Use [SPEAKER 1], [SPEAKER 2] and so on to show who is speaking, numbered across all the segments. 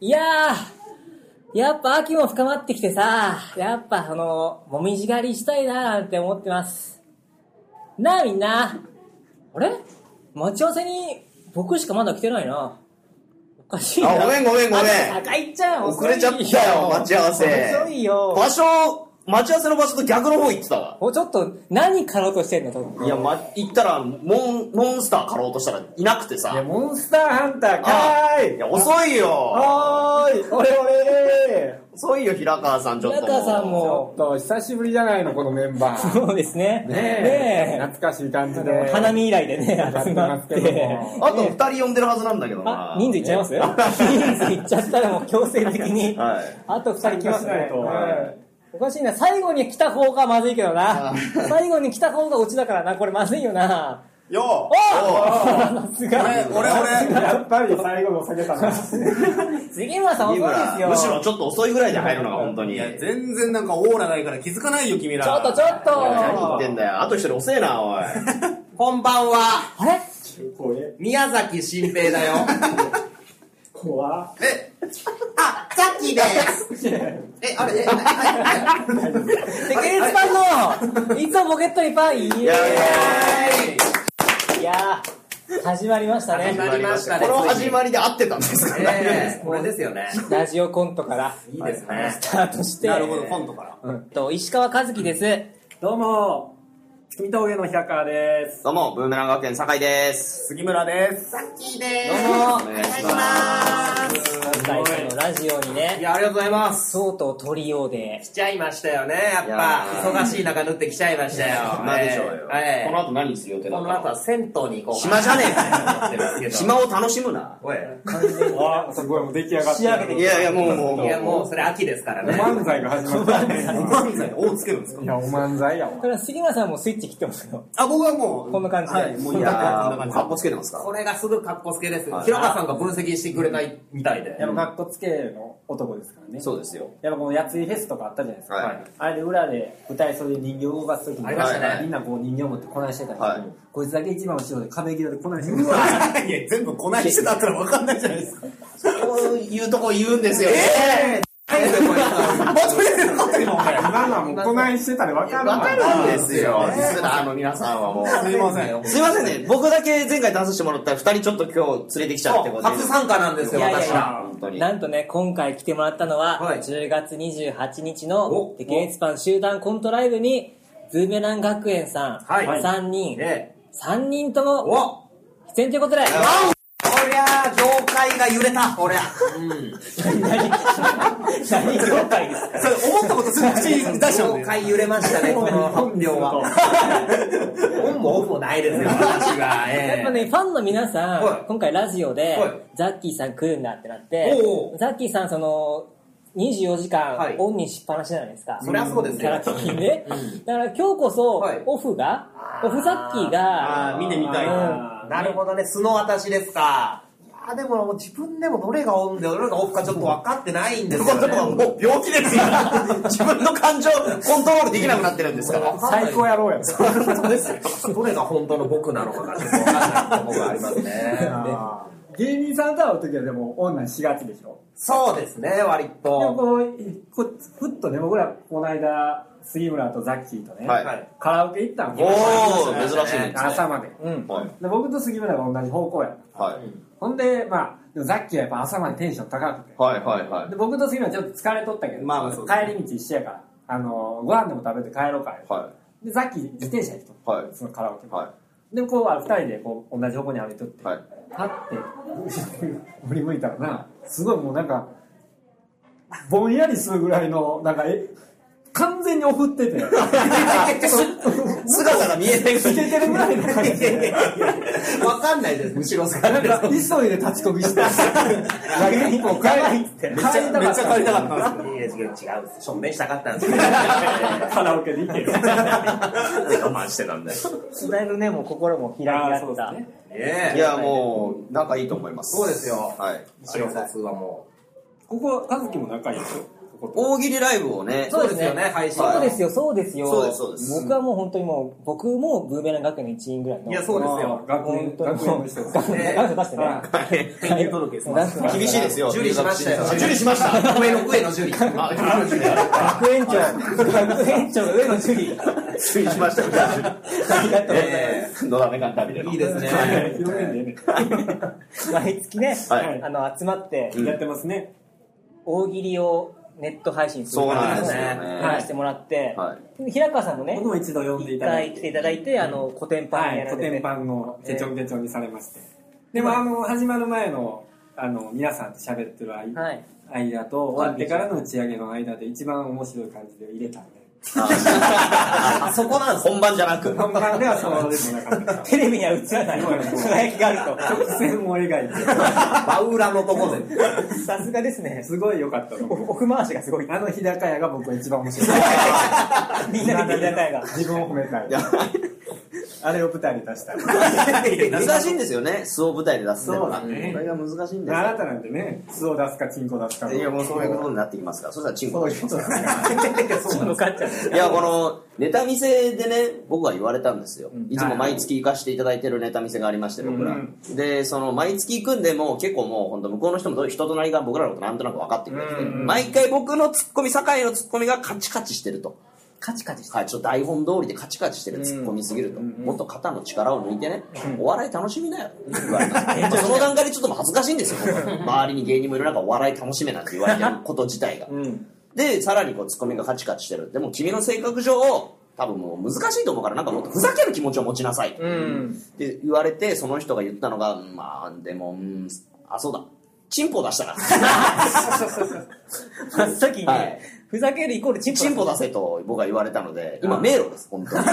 [SPEAKER 1] いやー、やっぱ秋も深まってきてさ、やっぱその、もみじ狩りしたいなーなんて思ってます。なあみんな、あれ待ち合わせに僕しかまだ来てないな。おかしいな。
[SPEAKER 2] あごめんごめんごめん
[SPEAKER 1] あ高いっちゃん、
[SPEAKER 2] 遅れちゃったよ、待ち合わせ。
[SPEAKER 1] 遅いよ。
[SPEAKER 2] 場所、待ち合わせの場所と逆の方行ってたわ。
[SPEAKER 1] もうちょっと、何狩ろうとしてんの、とっくん
[SPEAKER 2] いや、ま、行ったら、モン、モンスター狩ろうとしたらいなくて
[SPEAKER 3] いや、
[SPEAKER 2] さ。
[SPEAKER 3] モンスターハンターかーい
[SPEAKER 2] いや、遅いよ。
[SPEAKER 3] はーい俺俺
[SPEAKER 2] 遅いよ、平川さん、ちょっと。
[SPEAKER 1] 平川さん
[SPEAKER 3] ちょ
[SPEAKER 1] も、
[SPEAKER 3] っと、久しぶりじゃないの、このメンバー。
[SPEAKER 1] そうですね。
[SPEAKER 3] ねえ
[SPEAKER 1] ね
[SPEAKER 3] 懐かしい感じ
[SPEAKER 1] え
[SPEAKER 3] で。
[SPEAKER 1] 花見以来でね、集まって。
[SPEAKER 3] 集まってますけども
[SPEAKER 2] あと二人呼んでるはずなんだけど
[SPEAKER 1] あ
[SPEAKER 2] な。、
[SPEAKER 1] 人数いっちゃいます人数いっちゃったらもう強制的に。
[SPEAKER 2] はい。
[SPEAKER 1] あと二人来ま
[SPEAKER 3] 参加し
[SPEAKER 1] す
[SPEAKER 3] な
[SPEAKER 1] ね
[SPEAKER 3] い。と
[SPEAKER 1] うんおかしいな。最後に来た方がまずいけどな。最後に来た方がオチだからな。これまずいよな。
[SPEAKER 4] よ
[SPEAKER 1] おさすが。
[SPEAKER 4] 俺、俺、俺、
[SPEAKER 3] やっぱり最後の下げたな。
[SPEAKER 1] 杉村さん遅いですよ。
[SPEAKER 2] むしろちょっと遅いぐらいで入るのが本当に。
[SPEAKER 4] い
[SPEAKER 2] い
[SPEAKER 4] や、
[SPEAKER 2] や、
[SPEAKER 4] 全然なんかオーラないから気づかないよ、君ら。
[SPEAKER 1] ちょっとちょっ
[SPEAKER 2] 何言
[SPEAKER 1] と。
[SPEAKER 2] ってんだよ。あと一人遅えな、おい。
[SPEAKER 5] こんばんは、
[SPEAKER 1] あれ
[SPEAKER 3] 怖え。
[SPEAKER 5] 宮崎新平 だよ。
[SPEAKER 3] 怖
[SPEAKER 4] え、
[SPEAKER 5] あ、ザッキーです。え、あれ、え、
[SPEAKER 1] セキュリティパンの、いつもポケットにパン。イエーイ
[SPEAKER 2] いやいや
[SPEAKER 1] いやー、始まりましたね。
[SPEAKER 5] 始まりました
[SPEAKER 2] こ
[SPEAKER 5] ね。
[SPEAKER 2] の始まりで合ってたんですか
[SPEAKER 5] ええこれですよね。
[SPEAKER 1] ラジオコントから
[SPEAKER 5] いいですね。
[SPEAKER 1] スタートして、
[SPEAKER 4] なるほど、今度から。
[SPEAKER 1] うんと石川和樹です。
[SPEAKER 3] い。どうも、住峠の平川です。
[SPEAKER 2] どうも、ブーメラン学園酒井です。
[SPEAKER 4] 杉村です。
[SPEAKER 5] ザッキーで
[SPEAKER 1] どう
[SPEAKER 5] す。
[SPEAKER 1] も
[SPEAKER 2] お、願い
[SPEAKER 5] お願い
[SPEAKER 2] しま
[SPEAKER 5] し
[SPEAKER 2] す。
[SPEAKER 5] ます。
[SPEAKER 1] 今回のラジオに
[SPEAKER 5] い
[SPEAKER 1] ね、
[SPEAKER 5] や、ありがとうございます。
[SPEAKER 1] とうとう取りようで、
[SPEAKER 5] 来ちゃいましたよね、やっ
[SPEAKER 2] い
[SPEAKER 5] ぱ
[SPEAKER 2] や。ー
[SPEAKER 5] 忙しい中縫ってきちゃいましたよ。
[SPEAKER 2] 暇でしょうよ。
[SPEAKER 5] はい
[SPEAKER 2] この後何する予定だ
[SPEAKER 5] こ
[SPEAKER 2] っ
[SPEAKER 5] の後
[SPEAKER 2] た
[SPEAKER 5] は銭湯に行こうか
[SPEAKER 2] 暇じゃねえか
[SPEAKER 5] なと思ってますけ
[SPEAKER 2] の
[SPEAKER 5] ど
[SPEAKER 2] 暇を楽しむな。
[SPEAKER 5] おい。
[SPEAKER 3] あ、すごい、もう出来上がって
[SPEAKER 1] 仕上げて
[SPEAKER 2] いやいや、もうもうも
[SPEAKER 5] いや、
[SPEAKER 2] う。
[SPEAKER 5] もうそれ秋ですから
[SPEAKER 3] お
[SPEAKER 5] ね。
[SPEAKER 3] 漫才が始まったね。
[SPEAKER 4] 漫才、をつけるんですか
[SPEAKER 3] いや、お漫才やわ
[SPEAKER 1] こ。れは杉村さんもスイッチ切ってますよ。
[SPEAKER 4] あ、僕はもう、
[SPEAKER 1] こんな感じで
[SPEAKER 4] はい、もう
[SPEAKER 2] い
[SPEAKER 4] い
[SPEAKER 2] や
[SPEAKER 4] や
[SPEAKER 2] ー、
[SPEAKER 4] こんな
[SPEAKER 2] もう
[SPEAKER 4] 感
[SPEAKER 2] 格好つけてますか
[SPEAKER 5] これがすごい格好つけですよ
[SPEAKER 2] はい。
[SPEAKER 5] 平川さんが分析してくれないみたいで。
[SPEAKER 6] やっぱかっこつけの男ですからね。
[SPEAKER 2] そうですよ。
[SPEAKER 6] やっぱこのやついフェスとかあったじゃないですか。
[SPEAKER 2] はい
[SPEAKER 6] あれで裏で舞台袖で人形動かすときに、
[SPEAKER 5] ありましたね
[SPEAKER 6] はいみんなこう人形持ってこないしてたり、
[SPEAKER 2] はい
[SPEAKER 6] こいつだけ一番後ろで壁際でこないしてたり
[SPEAKER 4] うわ いや、全部こないしてたったらわかんないじゃな いですか。
[SPEAKER 2] こういうとこ言うんですよ。
[SPEAKER 3] 今のはもう、こないしてたでわかん
[SPEAKER 2] わ
[SPEAKER 3] な
[SPEAKER 2] か
[SPEAKER 3] い。
[SPEAKER 2] るんですよ。リスラーの皆さんはもう。
[SPEAKER 4] すいませんよ。
[SPEAKER 2] すいませんね、僕だけ前回出させてもらった二人ちょっと今日連れてきちゃって
[SPEAKER 5] そう初参加なんですよ、
[SPEAKER 1] いやいやいや
[SPEAKER 5] 私は。
[SPEAKER 2] 本当に。
[SPEAKER 1] なんとね、今回来てもらったのは、
[SPEAKER 5] はい
[SPEAKER 1] 10月28日の、デケーツパン集団コントライブに、ブーメラン学園さん、
[SPEAKER 5] はい
[SPEAKER 1] 3人、
[SPEAKER 5] ね
[SPEAKER 1] 3人とも
[SPEAKER 5] お
[SPEAKER 1] 出演ということで、
[SPEAKER 5] こりゃあ、業界が揺れた、こりゃ。
[SPEAKER 1] 何業界ですか
[SPEAKER 4] それ思ったことすぐ口に出しちゃうん
[SPEAKER 5] 業
[SPEAKER 4] で。
[SPEAKER 5] 界揺れましたね、この発表は。オンもオフもないですよ、私は。
[SPEAKER 1] や
[SPEAKER 5] え
[SPEAKER 1] っぱ
[SPEAKER 5] え
[SPEAKER 1] ね、ファンの皆さん、
[SPEAKER 5] はい
[SPEAKER 1] 今回ラジオで、
[SPEAKER 5] はい
[SPEAKER 1] ザッキーさん来るんだってなって、
[SPEAKER 5] おうおう
[SPEAKER 1] ザッキーさん、その、24時
[SPEAKER 5] は
[SPEAKER 1] 間
[SPEAKER 5] い、
[SPEAKER 1] オンにしっぱなしじゃないですか。
[SPEAKER 5] そりゃそうです
[SPEAKER 1] キャラ
[SPEAKER 5] よ。
[SPEAKER 1] 的にね。だから今日こそ
[SPEAKER 5] はい、
[SPEAKER 1] オフが、オフザッキー
[SPEAKER 4] あ
[SPEAKER 1] が、
[SPEAKER 4] ー、見てみたい。
[SPEAKER 1] う
[SPEAKER 5] なるほどね、素の私ですか。いやでももう自分でもどれがオンでどれがオフかちょっと分かってないんです
[SPEAKER 2] こ
[SPEAKER 5] よ、
[SPEAKER 2] のとこは
[SPEAKER 5] ね。
[SPEAKER 2] もう病気ですよ。自分の感情コントロールできなくなってるんですから。
[SPEAKER 3] 最高やろうやろ。
[SPEAKER 5] どれが本当の僕なのかがちょっと分かんないところがありますね。
[SPEAKER 6] 芸人さんと会うときはでも、女4月でしょ。
[SPEAKER 5] そうですね、割
[SPEAKER 6] でも
[SPEAKER 5] と。
[SPEAKER 6] こう、こふっとね、僕らこの間、杉村とザッキーとね、
[SPEAKER 2] はい
[SPEAKER 5] はい
[SPEAKER 6] カラオケ行ったん
[SPEAKER 2] おお
[SPEAKER 5] ー
[SPEAKER 2] 珍しいね。
[SPEAKER 6] 朝まで。
[SPEAKER 1] ん。うん。
[SPEAKER 2] はい。
[SPEAKER 6] で僕と杉村が同じ方向や。
[SPEAKER 2] はい。
[SPEAKER 6] ほんで、まあ、でもザッキーはやっぱ朝までテンション高くて。
[SPEAKER 2] はいはいは
[SPEAKER 6] で僕と杉村ちょっと疲れとったけど、
[SPEAKER 4] まあまあそうです
[SPEAKER 6] 帰り道一緒やからあのご飯でも食べて帰ろうかよ、
[SPEAKER 2] い。は
[SPEAKER 6] でさっき自転車行くと、
[SPEAKER 2] はい
[SPEAKER 6] そのカラオケ
[SPEAKER 2] い。
[SPEAKER 6] も、
[SPEAKER 2] は
[SPEAKER 6] でこうは2人でこう同じ方向に歩いとって、
[SPEAKER 2] い。はい。
[SPEAKER 6] パッて 振り向いたらなすごいもうなんかぼんやりするぐらいのなんかえ完全におふって て
[SPEAKER 2] 姿が見えない
[SPEAKER 6] つけてるぐらいの感じで
[SPEAKER 5] 分かんないです、後ろ姿です。
[SPEAKER 6] 急いで立ちこぎしてラゲにこう帰り帰りたかった
[SPEAKER 4] めっちゃ帰りたかったんです
[SPEAKER 5] いや違う違う証明したかったんですけど
[SPEAKER 6] カラオケで行け る
[SPEAKER 2] 我慢してたんだよ。
[SPEAKER 1] だいぶね、もう心も開きが
[SPEAKER 6] あーそ
[SPEAKER 1] っ
[SPEAKER 6] うで
[SPEAKER 1] た。
[SPEAKER 6] すね
[SPEAKER 5] ねえ
[SPEAKER 2] いや、もう、仲いいと思います。
[SPEAKER 5] そうですよ
[SPEAKER 2] はい。
[SPEAKER 5] 白札はも
[SPEAKER 6] ここ和樹も仲いいでしょ
[SPEAKER 5] う
[SPEAKER 6] こと
[SPEAKER 2] 大喜利ライブをね、
[SPEAKER 5] そうですよね配信
[SPEAKER 1] そうですよ、そうですよ。
[SPEAKER 2] そうですそうです
[SPEAKER 1] 僕はもう本当にもう、僕もブーメラン学園の一員ぐらいの。
[SPEAKER 5] いやそうですよ
[SPEAKER 6] あー学
[SPEAKER 1] 本
[SPEAKER 6] 園
[SPEAKER 1] 当に
[SPEAKER 6] 学園の人です
[SPEAKER 1] 学園の出してね。
[SPEAKER 5] 編入届です
[SPEAKER 2] 厳しいですよ。
[SPEAKER 5] 受理しましたよ
[SPEAKER 2] 受理しました。
[SPEAKER 5] 上の上の樹里
[SPEAKER 1] 学園長、学園長上野樹里。
[SPEAKER 2] 受理しましたよ。
[SPEAKER 1] ありがとうございます。
[SPEAKER 2] えー、のだめかん旅での。
[SPEAKER 5] いいですね
[SPEAKER 6] 広めんでね
[SPEAKER 1] 毎月ね、
[SPEAKER 2] はい
[SPEAKER 1] あの集まって
[SPEAKER 2] うん
[SPEAKER 3] やってますね。
[SPEAKER 1] 大喜利をネット配信する
[SPEAKER 2] そうなんですよ
[SPEAKER 1] や
[SPEAKER 2] ね。
[SPEAKER 1] らせてもらって、
[SPEAKER 2] は
[SPEAKER 1] 平川さんもね
[SPEAKER 3] 僕も一度呼んでい
[SPEAKER 1] 一
[SPEAKER 3] ただい
[SPEAKER 1] 回来
[SPEAKER 3] て。
[SPEAKER 1] ていただいて、あの古典版
[SPEAKER 3] は
[SPEAKER 1] や
[SPEAKER 3] い、
[SPEAKER 1] ら
[SPEAKER 3] 古
[SPEAKER 1] れて、
[SPEAKER 3] 典版の手帳手帳にされまして。でも、あの、始まる前の、あの、皆さんと喋ってる間
[SPEAKER 1] はい
[SPEAKER 3] 間と、終わってからの打ち上げの間で一番面白い感じで入れたんで。
[SPEAKER 2] あそこなんです。本番じゃなく。
[SPEAKER 3] 本番ではそのままでもなかったです
[SPEAKER 1] テレビには映らない
[SPEAKER 3] そうです
[SPEAKER 1] 輝きがある
[SPEAKER 3] 直線を描いて、
[SPEAKER 5] 真裏のとこで
[SPEAKER 1] とさすがですね
[SPEAKER 3] すごい良かったと思う。
[SPEAKER 1] 奥回しがすごい
[SPEAKER 3] あの日高屋が僕は一番面白 い。
[SPEAKER 1] みんなで見たいが
[SPEAKER 6] 自分を褒めたい
[SPEAKER 2] いや
[SPEAKER 6] あれを舞台に出したい
[SPEAKER 2] 難しいんですよね。素を舞台で出すってのが。
[SPEAKER 3] そうだね
[SPEAKER 2] これが難しいんで
[SPEAKER 3] あなたなんてね、素を出すか、チンコ出すか
[SPEAKER 2] す
[SPEAKER 3] の。
[SPEAKER 2] よ。いや、もうそういうことになってきますから。そしたらチンコ
[SPEAKER 6] そう
[SPEAKER 2] 出
[SPEAKER 6] い
[SPEAKER 2] し
[SPEAKER 6] うこ
[SPEAKER 2] ます
[SPEAKER 6] と
[SPEAKER 2] か
[SPEAKER 6] で
[SPEAKER 2] ら
[SPEAKER 6] すね
[SPEAKER 1] そのかっちゃう
[SPEAKER 2] いや、この、ネタ見せでね、僕は言われたんですよ。いつも毎月行かせていただいてるネタ見せがありまして、僕ら。で、その、毎月行くんでもう結構もう、本当向こうの人もどう人となりが僕らのことなんとなく分かってくれてて、毎回僕のツッコミ、酒井のツッコミがカチカチしてると。
[SPEAKER 1] カチカチして
[SPEAKER 2] はい、ちょっと台本通りでカチカチしてるツッコミすぎると、もっと肩の力を抜いてね、お笑い楽しみなよって言わ れた、まあその段階でちょっと恥ずかしいんですよ僕は周りに芸人もいる中お笑い楽しめなんて言われてること自体が、でさらにこうツッコミがカチカチしてるでも君の性格上多分もう難しいと思うからなんかもっとふざける気持ちを持ちなさい、って言われてその人が言ったのがうんまあでもうんあそうだチンポ出した ら
[SPEAKER 1] 真っ先に、
[SPEAKER 2] はい
[SPEAKER 1] ふざけるイコールチンポ
[SPEAKER 2] チンポ出せと僕は言われたので今迷路です本当に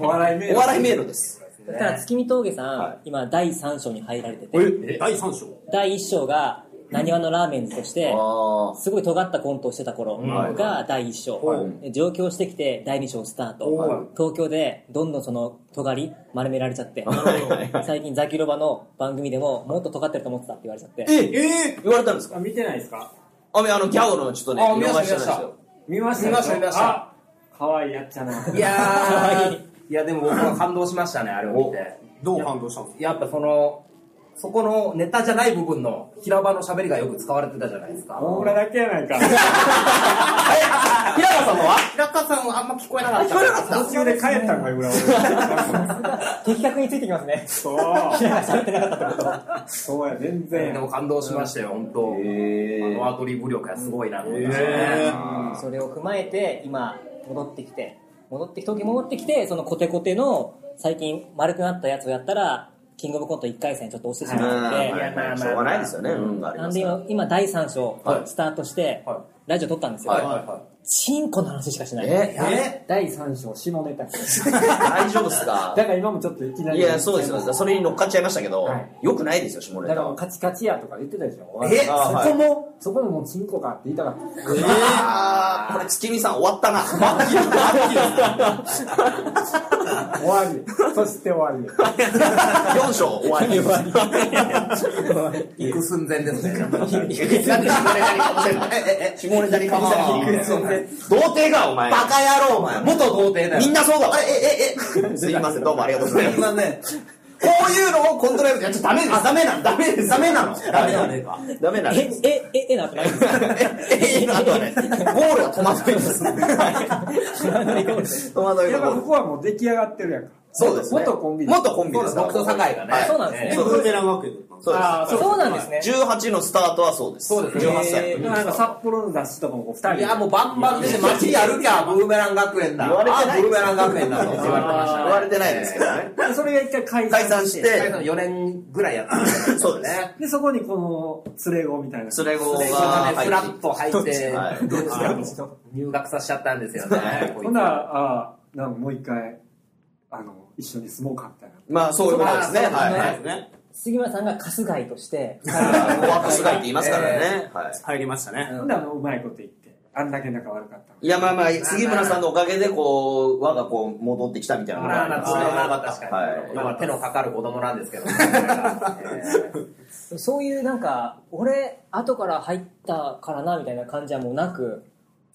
[SPEAKER 3] お笑いメール
[SPEAKER 2] お笑い迷路です
[SPEAKER 1] だから月見峠さん、
[SPEAKER 2] はい
[SPEAKER 1] 今第3章に入られてて
[SPEAKER 4] 第3章
[SPEAKER 1] 第1章がなにわのラーメンズとして
[SPEAKER 2] あ
[SPEAKER 1] すごい尖ったコントをしてた頃が第1章、で上京してきて第2章スタート東京でどんどんその尖り丸められちゃって最近ザキロバの番組でももっと尖ってると思ってたって言われちゃって
[SPEAKER 2] ええ言われたんですか
[SPEAKER 3] あ見てないですか
[SPEAKER 2] あ、めあの、ギャオのちょっとね、
[SPEAKER 5] あ
[SPEAKER 2] 見
[SPEAKER 5] 見ました
[SPEAKER 2] 逃してないですよ。
[SPEAKER 3] 見ました
[SPEAKER 5] 見ました見ました
[SPEAKER 3] あ可愛いやっちゃな。
[SPEAKER 5] いや
[SPEAKER 1] 可愛い
[SPEAKER 5] ーいやでも僕は感動しましたねあれを見て
[SPEAKER 4] どう感動したんです
[SPEAKER 5] やっぱそのそこのネタじゃない部分の平場の喋りがよく使われてたじゃないですか
[SPEAKER 3] 大村だけやないか。
[SPEAKER 2] 平川さんのは
[SPEAKER 5] 平川さんはあんま聞こえなかった
[SPEAKER 3] 途中で帰ったんか、大村。
[SPEAKER 1] 的確についてきますね
[SPEAKER 3] そう。
[SPEAKER 1] なんか喋ってなかったってこと
[SPEAKER 3] そうや、全
[SPEAKER 5] で
[SPEAKER 3] 然。
[SPEAKER 5] も感動しましたよ本当
[SPEAKER 2] え
[SPEAKER 5] あのアドリブ力がすごいなと思いましたね
[SPEAKER 4] え
[SPEAKER 1] それを踏まえて今戻ってきて戻ってきて戻ってきてそのコテコテの最近丸くなったやつをやったらキングオブコント1回戦ちょっと押してしまって、
[SPEAKER 5] いやまあまあ
[SPEAKER 2] しょうがないですよね。運があり
[SPEAKER 1] な
[SPEAKER 2] ま
[SPEAKER 1] ん
[SPEAKER 2] す
[SPEAKER 1] で
[SPEAKER 2] から。
[SPEAKER 1] 今今第3章スタートして、
[SPEAKER 5] はい
[SPEAKER 1] ラジオ撮ったんですよ、
[SPEAKER 2] はい
[SPEAKER 1] チンコの話しかしない
[SPEAKER 2] え、
[SPEAKER 5] え
[SPEAKER 6] 第3章下ネタ
[SPEAKER 2] 大丈夫っすか
[SPEAKER 6] だから今もちょっといきなり
[SPEAKER 2] いや、そうですよ。それに乗っかっちゃいましたけど
[SPEAKER 6] はい、
[SPEAKER 2] よくないですよ、下ネ
[SPEAKER 6] だ
[SPEAKER 2] タ
[SPEAKER 6] からもう
[SPEAKER 2] は。
[SPEAKER 6] カチカチやとか言ってたでしょ
[SPEAKER 5] え
[SPEAKER 6] そ
[SPEAKER 2] あ
[SPEAKER 6] こも、そこももうチンコかって言いたかった
[SPEAKER 2] えーあーこれ、月見さん終わったな。
[SPEAKER 6] 終わりそして終わり
[SPEAKER 2] 4章終わり。
[SPEAKER 5] 行く寸前ですね
[SPEAKER 2] 下ネタにかぶせる童貞が、お前。
[SPEAKER 5] バカ野郎お前元童貞だよ
[SPEAKER 2] みんなそうだ。え、え、え、え。すいません、どうもありがとうございます。
[SPEAKER 5] なねこういうのをコントロールやっちゃダメですダメなのダメですダメなのダメなの
[SPEAKER 2] ダメなん
[SPEAKER 1] え
[SPEAKER 2] です。
[SPEAKER 1] えええなってないですか
[SPEAKER 2] え、え、の後はね、ゴールが止まってるんです。戸惑い
[SPEAKER 6] や
[SPEAKER 2] がゴー
[SPEAKER 6] っぱこ
[SPEAKER 2] ル
[SPEAKER 6] こはもう出来上がってるやんか
[SPEAKER 2] そうですね。
[SPEAKER 6] 元コンビ
[SPEAKER 2] 元コンビですから。
[SPEAKER 5] 僕と酒井がね
[SPEAKER 2] はい
[SPEAKER 1] そうなんですね
[SPEAKER 4] で、
[SPEAKER 2] そう
[SPEAKER 4] ブーメラン学園だったんです
[SPEAKER 2] そうです。
[SPEAKER 1] あそうなんですね
[SPEAKER 2] 18のスタートはそうです。
[SPEAKER 5] そうですね
[SPEAKER 2] 18歳
[SPEAKER 5] え
[SPEAKER 2] の時
[SPEAKER 5] ー
[SPEAKER 3] でもなんか札幌の雑誌とかもこう二
[SPEAKER 5] いや
[SPEAKER 3] 人。
[SPEAKER 5] もうバンバン出て街やるきゃブーメラン学園だ
[SPEAKER 2] 言われてない
[SPEAKER 5] あブーメラン学園だと言われてました
[SPEAKER 2] 言われてないですけどね。
[SPEAKER 3] それが一回解
[SPEAKER 2] 解
[SPEAKER 3] 散
[SPEAKER 2] 散
[SPEAKER 3] し。
[SPEAKER 2] して
[SPEAKER 5] 最
[SPEAKER 2] て、
[SPEAKER 5] 後4年ぐらいやって
[SPEAKER 2] そうです
[SPEAKER 3] で、そこにこの、連れ子みたいな。
[SPEAKER 2] 連れ子
[SPEAKER 5] そ
[SPEAKER 2] が
[SPEAKER 5] れがね、
[SPEAKER 2] 入
[SPEAKER 5] フラッ
[SPEAKER 2] って
[SPEAKER 5] と入って、
[SPEAKER 2] はい
[SPEAKER 5] 入学させちゃったんですよね。
[SPEAKER 3] ほんなら、ああ、なんかもう一回、あの、一緒に住もうかみたいな。
[SPEAKER 2] まあそういうことですね。
[SPEAKER 5] そうですね
[SPEAKER 2] はい。はい
[SPEAKER 4] そうですね
[SPEAKER 1] 杉村さんがカスガイとして
[SPEAKER 2] オアカスガイって言いますからね。はい。
[SPEAKER 4] 入りましたね
[SPEAKER 3] ほんで、あの、うまいこと言って。あんだけ仲悪かったの
[SPEAKER 2] いや、まあまあ、杉村さんのおかげで、こう、我がこう、戻ってきたみたいなのが
[SPEAKER 5] ま
[SPEAKER 2] あ
[SPEAKER 5] あ
[SPEAKER 2] り
[SPEAKER 5] まあ、
[SPEAKER 2] ま
[SPEAKER 5] そ
[SPEAKER 2] す
[SPEAKER 5] れ
[SPEAKER 2] ね。
[SPEAKER 5] はまあ確か
[SPEAKER 2] は
[SPEAKER 5] に。
[SPEAKER 2] い
[SPEAKER 5] まあ、手のかかる子供なんですけど。え
[SPEAKER 1] そういうなんか、俺、後から入ったからな、みたいな感じはもうなく、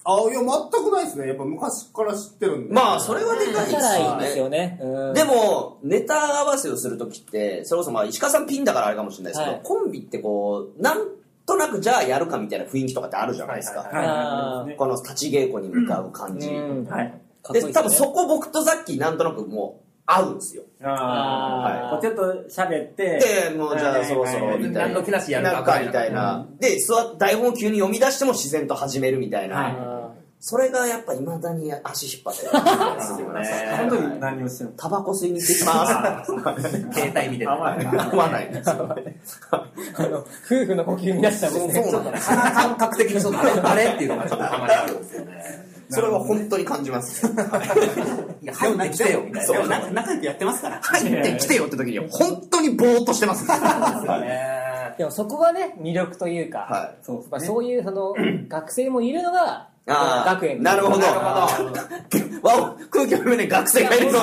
[SPEAKER 4] あ、いや、全くないですね。やっぱ昔から知ってるんで。
[SPEAKER 2] まあ、それはでか
[SPEAKER 1] だ
[SPEAKER 2] い
[SPEAKER 1] からいいんで
[SPEAKER 2] ですすよ
[SPEAKER 1] よ
[SPEAKER 2] ね。
[SPEAKER 1] ね。うん
[SPEAKER 2] でも、ネタ合わせをするときって、それこそまあ、石川さんピンだからあれかもしれないですけど、
[SPEAKER 1] はい
[SPEAKER 2] コンビってこう、なんとなくじゃあやるかみたいな雰囲気とかってあるじゃないですか。
[SPEAKER 5] はいはい
[SPEAKER 3] はい
[SPEAKER 1] あー
[SPEAKER 2] この立ち稽古に向かう感じ。
[SPEAKER 1] うん
[SPEAKER 5] はい
[SPEAKER 1] かっこいい
[SPEAKER 2] で、
[SPEAKER 1] すね
[SPEAKER 2] 多分そこ僕とさっきなんとなくもう、合うんですよ。
[SPEAKER 3] あー
[SPEAKER 1] あー
[SPEAKER 3] こうちょっと喋って
[SPEAKER 2] で、もうじゃあそろそ
[SPEAKER 3] はい
[SPEAKER 2] ろ
[SPEAKER 3] はいはい
[SPEAKER 2] みたい
[SPEAKER 5] 何の気なしや
[SPEAKER 2] な。
[SPEAKER 5] る
[SPEAKER 2] なん
[SPEAKER 5] か
[SPEAKER 2] かみたいな。で、座っ台本を急に読み出しても自然と始めるみたい
[SPEAKER 3] は
[SPEAKER 2] な。
[SPEAKER 1] あ
[SPEAKER 2] それがやっぱ未だに足引っ張ってるんですよ
[SPEAKER 3] その時
[SPEAKER 2] ね。
[SPEAKER 3] 何をしてるの
[SPEAKER 2] タバコ吸いに行ってきます。
[SPEAKER 5] 携帯見てた。
[SPEAKER 2] 合わないんです
[SPEAKER 1] ー
[SPEAKER 2] よ。
[SPEAKER 1] あの、夫婦の呼吸乱したんですね。
[SPEAKER 2] そうなんです。
[SPEAKER 5] 感覚的にそう、あれあれっていうのがちょっとたまにあるんですよね。
[SPEAKER 2] それは本当に感じます。
[SPEAKER 5] いや、入ってきてよ、みたい
[SPEAKER 4] でも
[SPEAKER 5] な。
[SPEAKER 4] な仲良くやってますから。
[SPEAKER 2] 入ってきてよって時には本当にぼーっとしてます。は
[SPEAKER 1] でもそこがね、魅力というか、
[SPEAKER 2] い。
[SPEAKER 3] そう
[SPEAKER 1] まあ、そういうそ の学生もいるのが、
[SPEAKER 2] ああ、
[SPEAKER 1] 学園
[SPEAKER 2] なるほど。
[SPEAKER 1] なる
[SPEAKER 2] わお、空気読めねえ学生がいるぞ。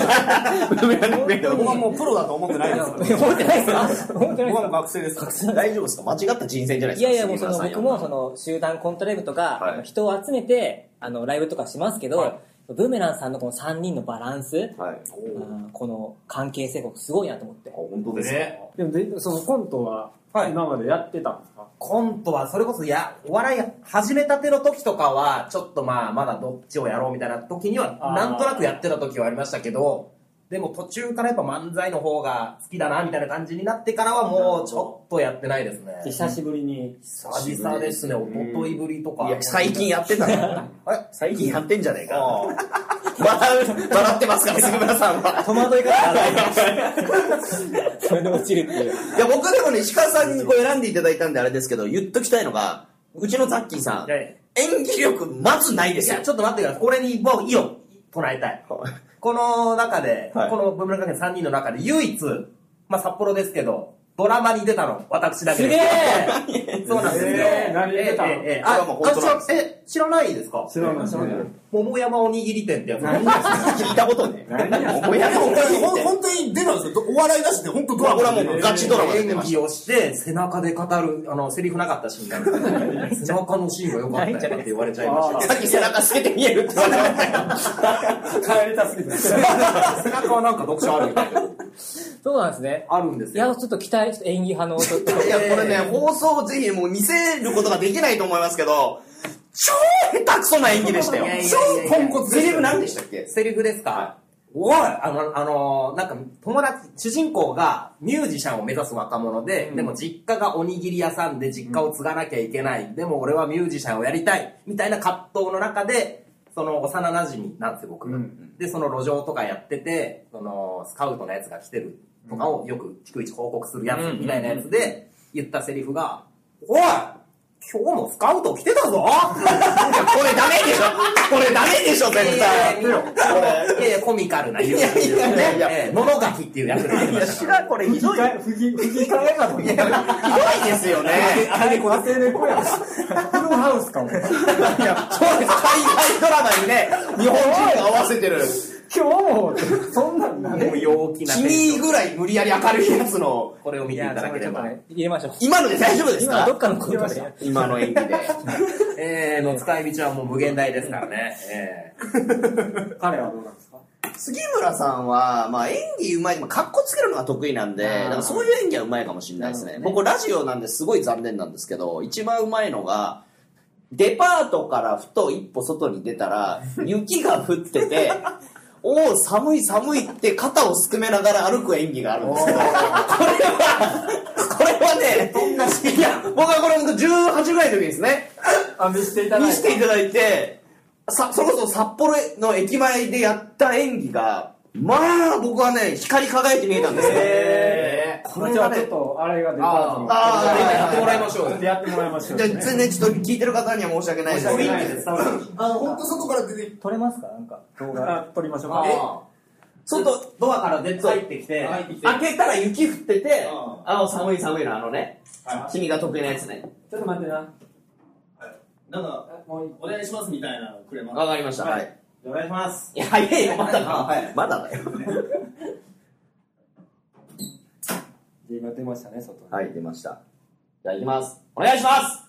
[SPEAKER 4] 僕はもうプロだと思ってないですか ら。
[SPEAKER 1] 思ってないです か思ってないです
[SPEAKER 4] 僕はもう
[SPEAKER 1] か
[SPEAKER 4] 学生ですから。
[SPEAKER 2] 大丈夫ですか間違った人選じゃないですか
[SPEAKER 1] いやいや、もうその
[SPEAKER 2] 杉村さ
[SPEAKER 1] 僕
[SPEAKER 2] ん
[SPEAKER 1] もその集団コントライブとか、
[SPEAKER 2] はい
[SPEAKER 1] あの人を集めて、あの、ライブとかしますけど、ブーメランさんのこの3人のバランス、
[SPEAKER 2] はい。
[SPEAKER 1] あーこの関係性がすごいなと思って
[SPEAKER 2] あ。本当ですか、
[SPEAKER 5] ね
[SPEAKER 6] でもでそのコントは
[SPEAKER 5] はい
[SPEAKER 6] 今までやってたんですか、
[SPEAKER 5] コントは、それこそ、や、お笑い始めたての時とかは、ちょっとまあ、まだどっちをやろうみたいな時には、なんとなくやってた時はありましたけど、でも途中からやっぱ漫才の方が好きだな、みたいな感じになってからはもう、ちょっとやってないですね。
[SPEAKER 6] 久しぶりに
[SPEAKER 5] 久々ですね、おとといぶりとか。
[SPEAKER 2] いや、最近やってたな。
[SPEAKER 5] え
[SPEAKER 2] 最近やってんじゃねえか。
[SPEAKER 5] ああ
[SPEAKER 2] 笑う、笑ってますから、杉村さんは。
[SPEAKER 1] 戸惑い方が それで落ちるっていう。
[SPEAKER 2] いや、僕はでもね、石川さんにこう選んでいただいたんであれですけど、言っときたいのが、うちのザッキーさん、
[SPEAKER 5] いやいや
[SPEAKER 2] 演技力、まずないで
[SPEAKER 5] い
[SPEAKER 2] すよ
[SPEAKER 5] や、。ちょっと待ってください。これにもういいよ、唱えたい。この中で、
[SPEAKER 2] はい
[SPEAKER 5] この文村学園3人の中で唯一、まあ札幌ですけど、ドラマに出たの、私だけですす。そうなんですよ。
[SPEAKER 6] えー何に出たの
[SPEAKER 5] えー
[SPEAKER 2] それ
[SPEAKER 5] えーえーあ
[SPEAKER 2] はもう本当なんで
[SPEAKER 5] あ知らえ、知らないですか
[SPEAKER 6] 知らない知らない
[SPEAKER 5] 桃山おにぎり店ってや つ。
[SPEAKER 2] 聞いたことね。親の
[SPEAKER 4] 本当に
[SPEAKER 2] 思い
[SPEAKER 4] ほん本当に出たんですよ。お笑い出して、本当
[SPEAKER 2] こ
[SPEAKER 4] ド
[SPEAKER 2] れ
[SPEAKER 4] ラ
[SPEAKER 2] は
[SPEAKER 4] マ
[SPEAKER 2] も
[SPEAKER 4] で
[SPEAKER 2] うガチドラマで出
[SPEAKER 5] 演
[SPEAKER 2] まし
[SPEAKER 5] 技をして、背中で語る、あの、セリフなかったシーンがある んですけど背中のシーンが良かったよって言われちゃいました
[SPEAKER 2] た。さっき背中透けて見えるって言われましたよ。
[SPEAKER 6] 帰りたすぎて
[SPEAKER 5] 背中はなんか読者あるみたいな。
[SPEAKER 1] そうなんですね。
[SPEAKER 5] あるんです
[SPEAKER 1] い
[SPEAKER 5] よ。
[SPEAKER 1] や、ちょっと期待、ちょっと演技派の、ちょっと。
[SPEAKER 2] いや、これね、放送ぜひもう見せることができないと思いますけど、超下手くそな演技でしたよ
[SPEAKER 5] いやい。やい
[SPEAKER 2] 超
[SPEAKER 5] やいや
[SPEAKER 2] ポンコツ。セリフ何でしたっけ
[SPEAKER 5] セリフですか、おいあの、あの、なんか、友達、主人公がミュージシャンを目指す若者で、でも実家がおにぎり屋さんで実家を継がなきゃいけない、でも俺はミュージシャンをやりたい、みたいな葛藤の中で、その幼馴染みなんですよ、僕が、で、その路上とかやってて、その、スカウトのやつが来てるとかをよく逐一報告するやつみたいなやつで、言ったセリフが、おい今日もスカウト来てたぞ
[SPEAKER 2] これダメでしょこれダメでしょ絶対。
[SPEAKER 5] いやいやいや、コミカルな言うやつですよ
[SPEAKER 2] いやいや
[SPEAKER 5] ね
[SPEAKER 2] いや。
[SPEAKER 5] ええ物書きっていうやつですよね
[SPEAKER 2] 知らんこれひどい。ひ
[SPEAKER 6] 吹き吹き替えかと思った
[SPEAKER 2] どいですよね。
[SPEAKER 6] あれ当て猫やんフルハウスかも
[SPEAKER 2] いやそうです。海外ドラマにね、日本人が合わせてる。
[SPEAKER 6] 今日もそんなんな
[SPEAKER 5] もう陽気なテンショ
[SPEAKER 2] 君
[SPEAKER 5] ン
[SPEAKER 2] ぐらい無理やり明るいやつの、
[SPEAKER 5] これを見ていただければ。
[SPEAKER 1] 入れましょう。
[SPEAKER 2] 今ので大丈夫です
[SPEAKER 1] 今、どっ
[SPEAKER 2] か
[SPEAKER 1] かのコントで。
[SPEAKER 2] 今の演技で。
[SPEAKER 5] ええの使い道はもう無限大ですからね。え
[SPEAKER 6] 彼はどうなんですか
[SPEAKER 2] 杉村さんは、まあ、演技うまい、まあ、かっこつけるのが得意なんで、だからそういう演技はうまいかもしれないですね。僕、ラジオなんですごい残念なんですけど、一番うまいのが、デパートからふと一歩外に出たら、雪が降ってて、おお、寒い寒いって肩をすくめながら歩く演技があるんですけど、これは、これはね、いや、僕はこれ本当18ぐらいの時ですね。
[SPEAKER 6] あ見せていただい
[SPEAKER 2] 見
[SPEAKER 6] て
[SPEAKER 2] せていただいて、さ、それこそ札幌の駅前でやった演技が、まあ僕はね、光り輝いて見えたんですよ。こ
[SPEAKER 6] まあ
[SPEAKER 2] れ
[SPEAKER 6] じゃ
[SPEAKER 2] が
[SPEAKER 6] あちょっ
[SPEAKER 2] ね、
[SPEAKER 6] とあれが出たの
[SPEAKER 2] あああ
[SPEAKER 5] やってもらいましょう
[SPEAKER 6] ちょっとやってもらいましょう
[SPEAKER 2] じゃあ全然ちょっと聞いてる方には申し訳ないですけど、
[SPEAKER 4] あの、本当外から出てき
[SPEAKER 1] 撮れますかなんか、動画。
[SPEAKER 6] あ撮りましょう
[SPEAKER 5] え
[SPEAKER 6] か
[SPEAKER 2] 外、ドアから出て、
[SPEAKER 5] てきて
[SPEAKER 4] 入ってきて
[SPEAKER 2] 開けたら雪降ってて、あの寒い寒いのあのね、君が得意なやつね。
[SPEAKER 6] ちょっと待ってな
[SPEAKER 7] なんか、お願いしますみたいなのくれます。
[SPEAKER 2] わかりました。はい。
[SPEAKER 7] お願いします。
[SPEAKER 2] いや、早いよ、まだだ。
[SPEAKER 7] はい
[SPEAKER 2] まだだよ。
[SPEAKER 5] で今出ましたね、外に。
[SPEAKER 2] はい、出ました。じゃあ、行きます。お願いします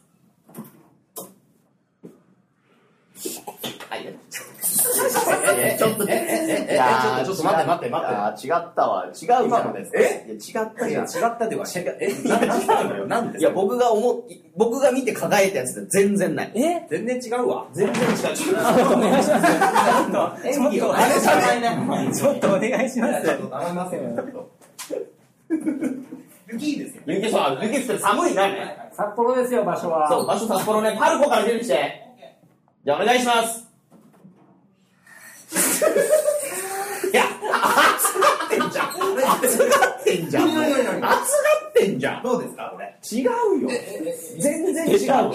[SPEAKER 2] はい。え、ちょっと、え、え、え、え、
[SPEAKER 5] ちょっと待って待って待って
[SPEAKER 2] て。違ったわ。違うじゃん。
[SPEAKER 5] 今のです
[SPEAKER 2] えいや違った
[SPEAKER 5] い
[SPEAKER 2] じ
[SPEAKER 5] や、
[SPEAKER 2] ゃん。
[SPEAKER 5] 違ったでは、違う、え、なんだよ、なんで
[SPEAKER 2] いや、僕が思い、僕が見て輝いたやつで全然ない。
[SPEAKER 1] え
[SPEAKER 5] 全然違うわ。
[SPEAKER 2] 全然違う。
[SPEAKER 1] お願いします。
[SPEAKER 2] 演技を。
[SPEAKER 5] あれ
[SPEAKER 2] あ
[SPEAKER 5] 喋んない
[SPEAKER 1] ちょっとお願いします。
[SPEAKER 5] ょっと頼みませんよ、ちょっと。
[SPEAKER 7] 雪ですよ。
[SPEAKER 2] れ、雪さん、雪って寒いな。
[SPEAKER 6] 札幌ですよ、場所は。
[SPEAKER 2] そう、場所札幌ね、パルコから準備して。じゃあ、お願いし ます。いや、暑がってんじゃん。暑がってんじゃん。暑がってんじゃん。
[SPEAKER 7] どうですかこれ。
[SPEAKER 2] 違うよ。全然違うわ。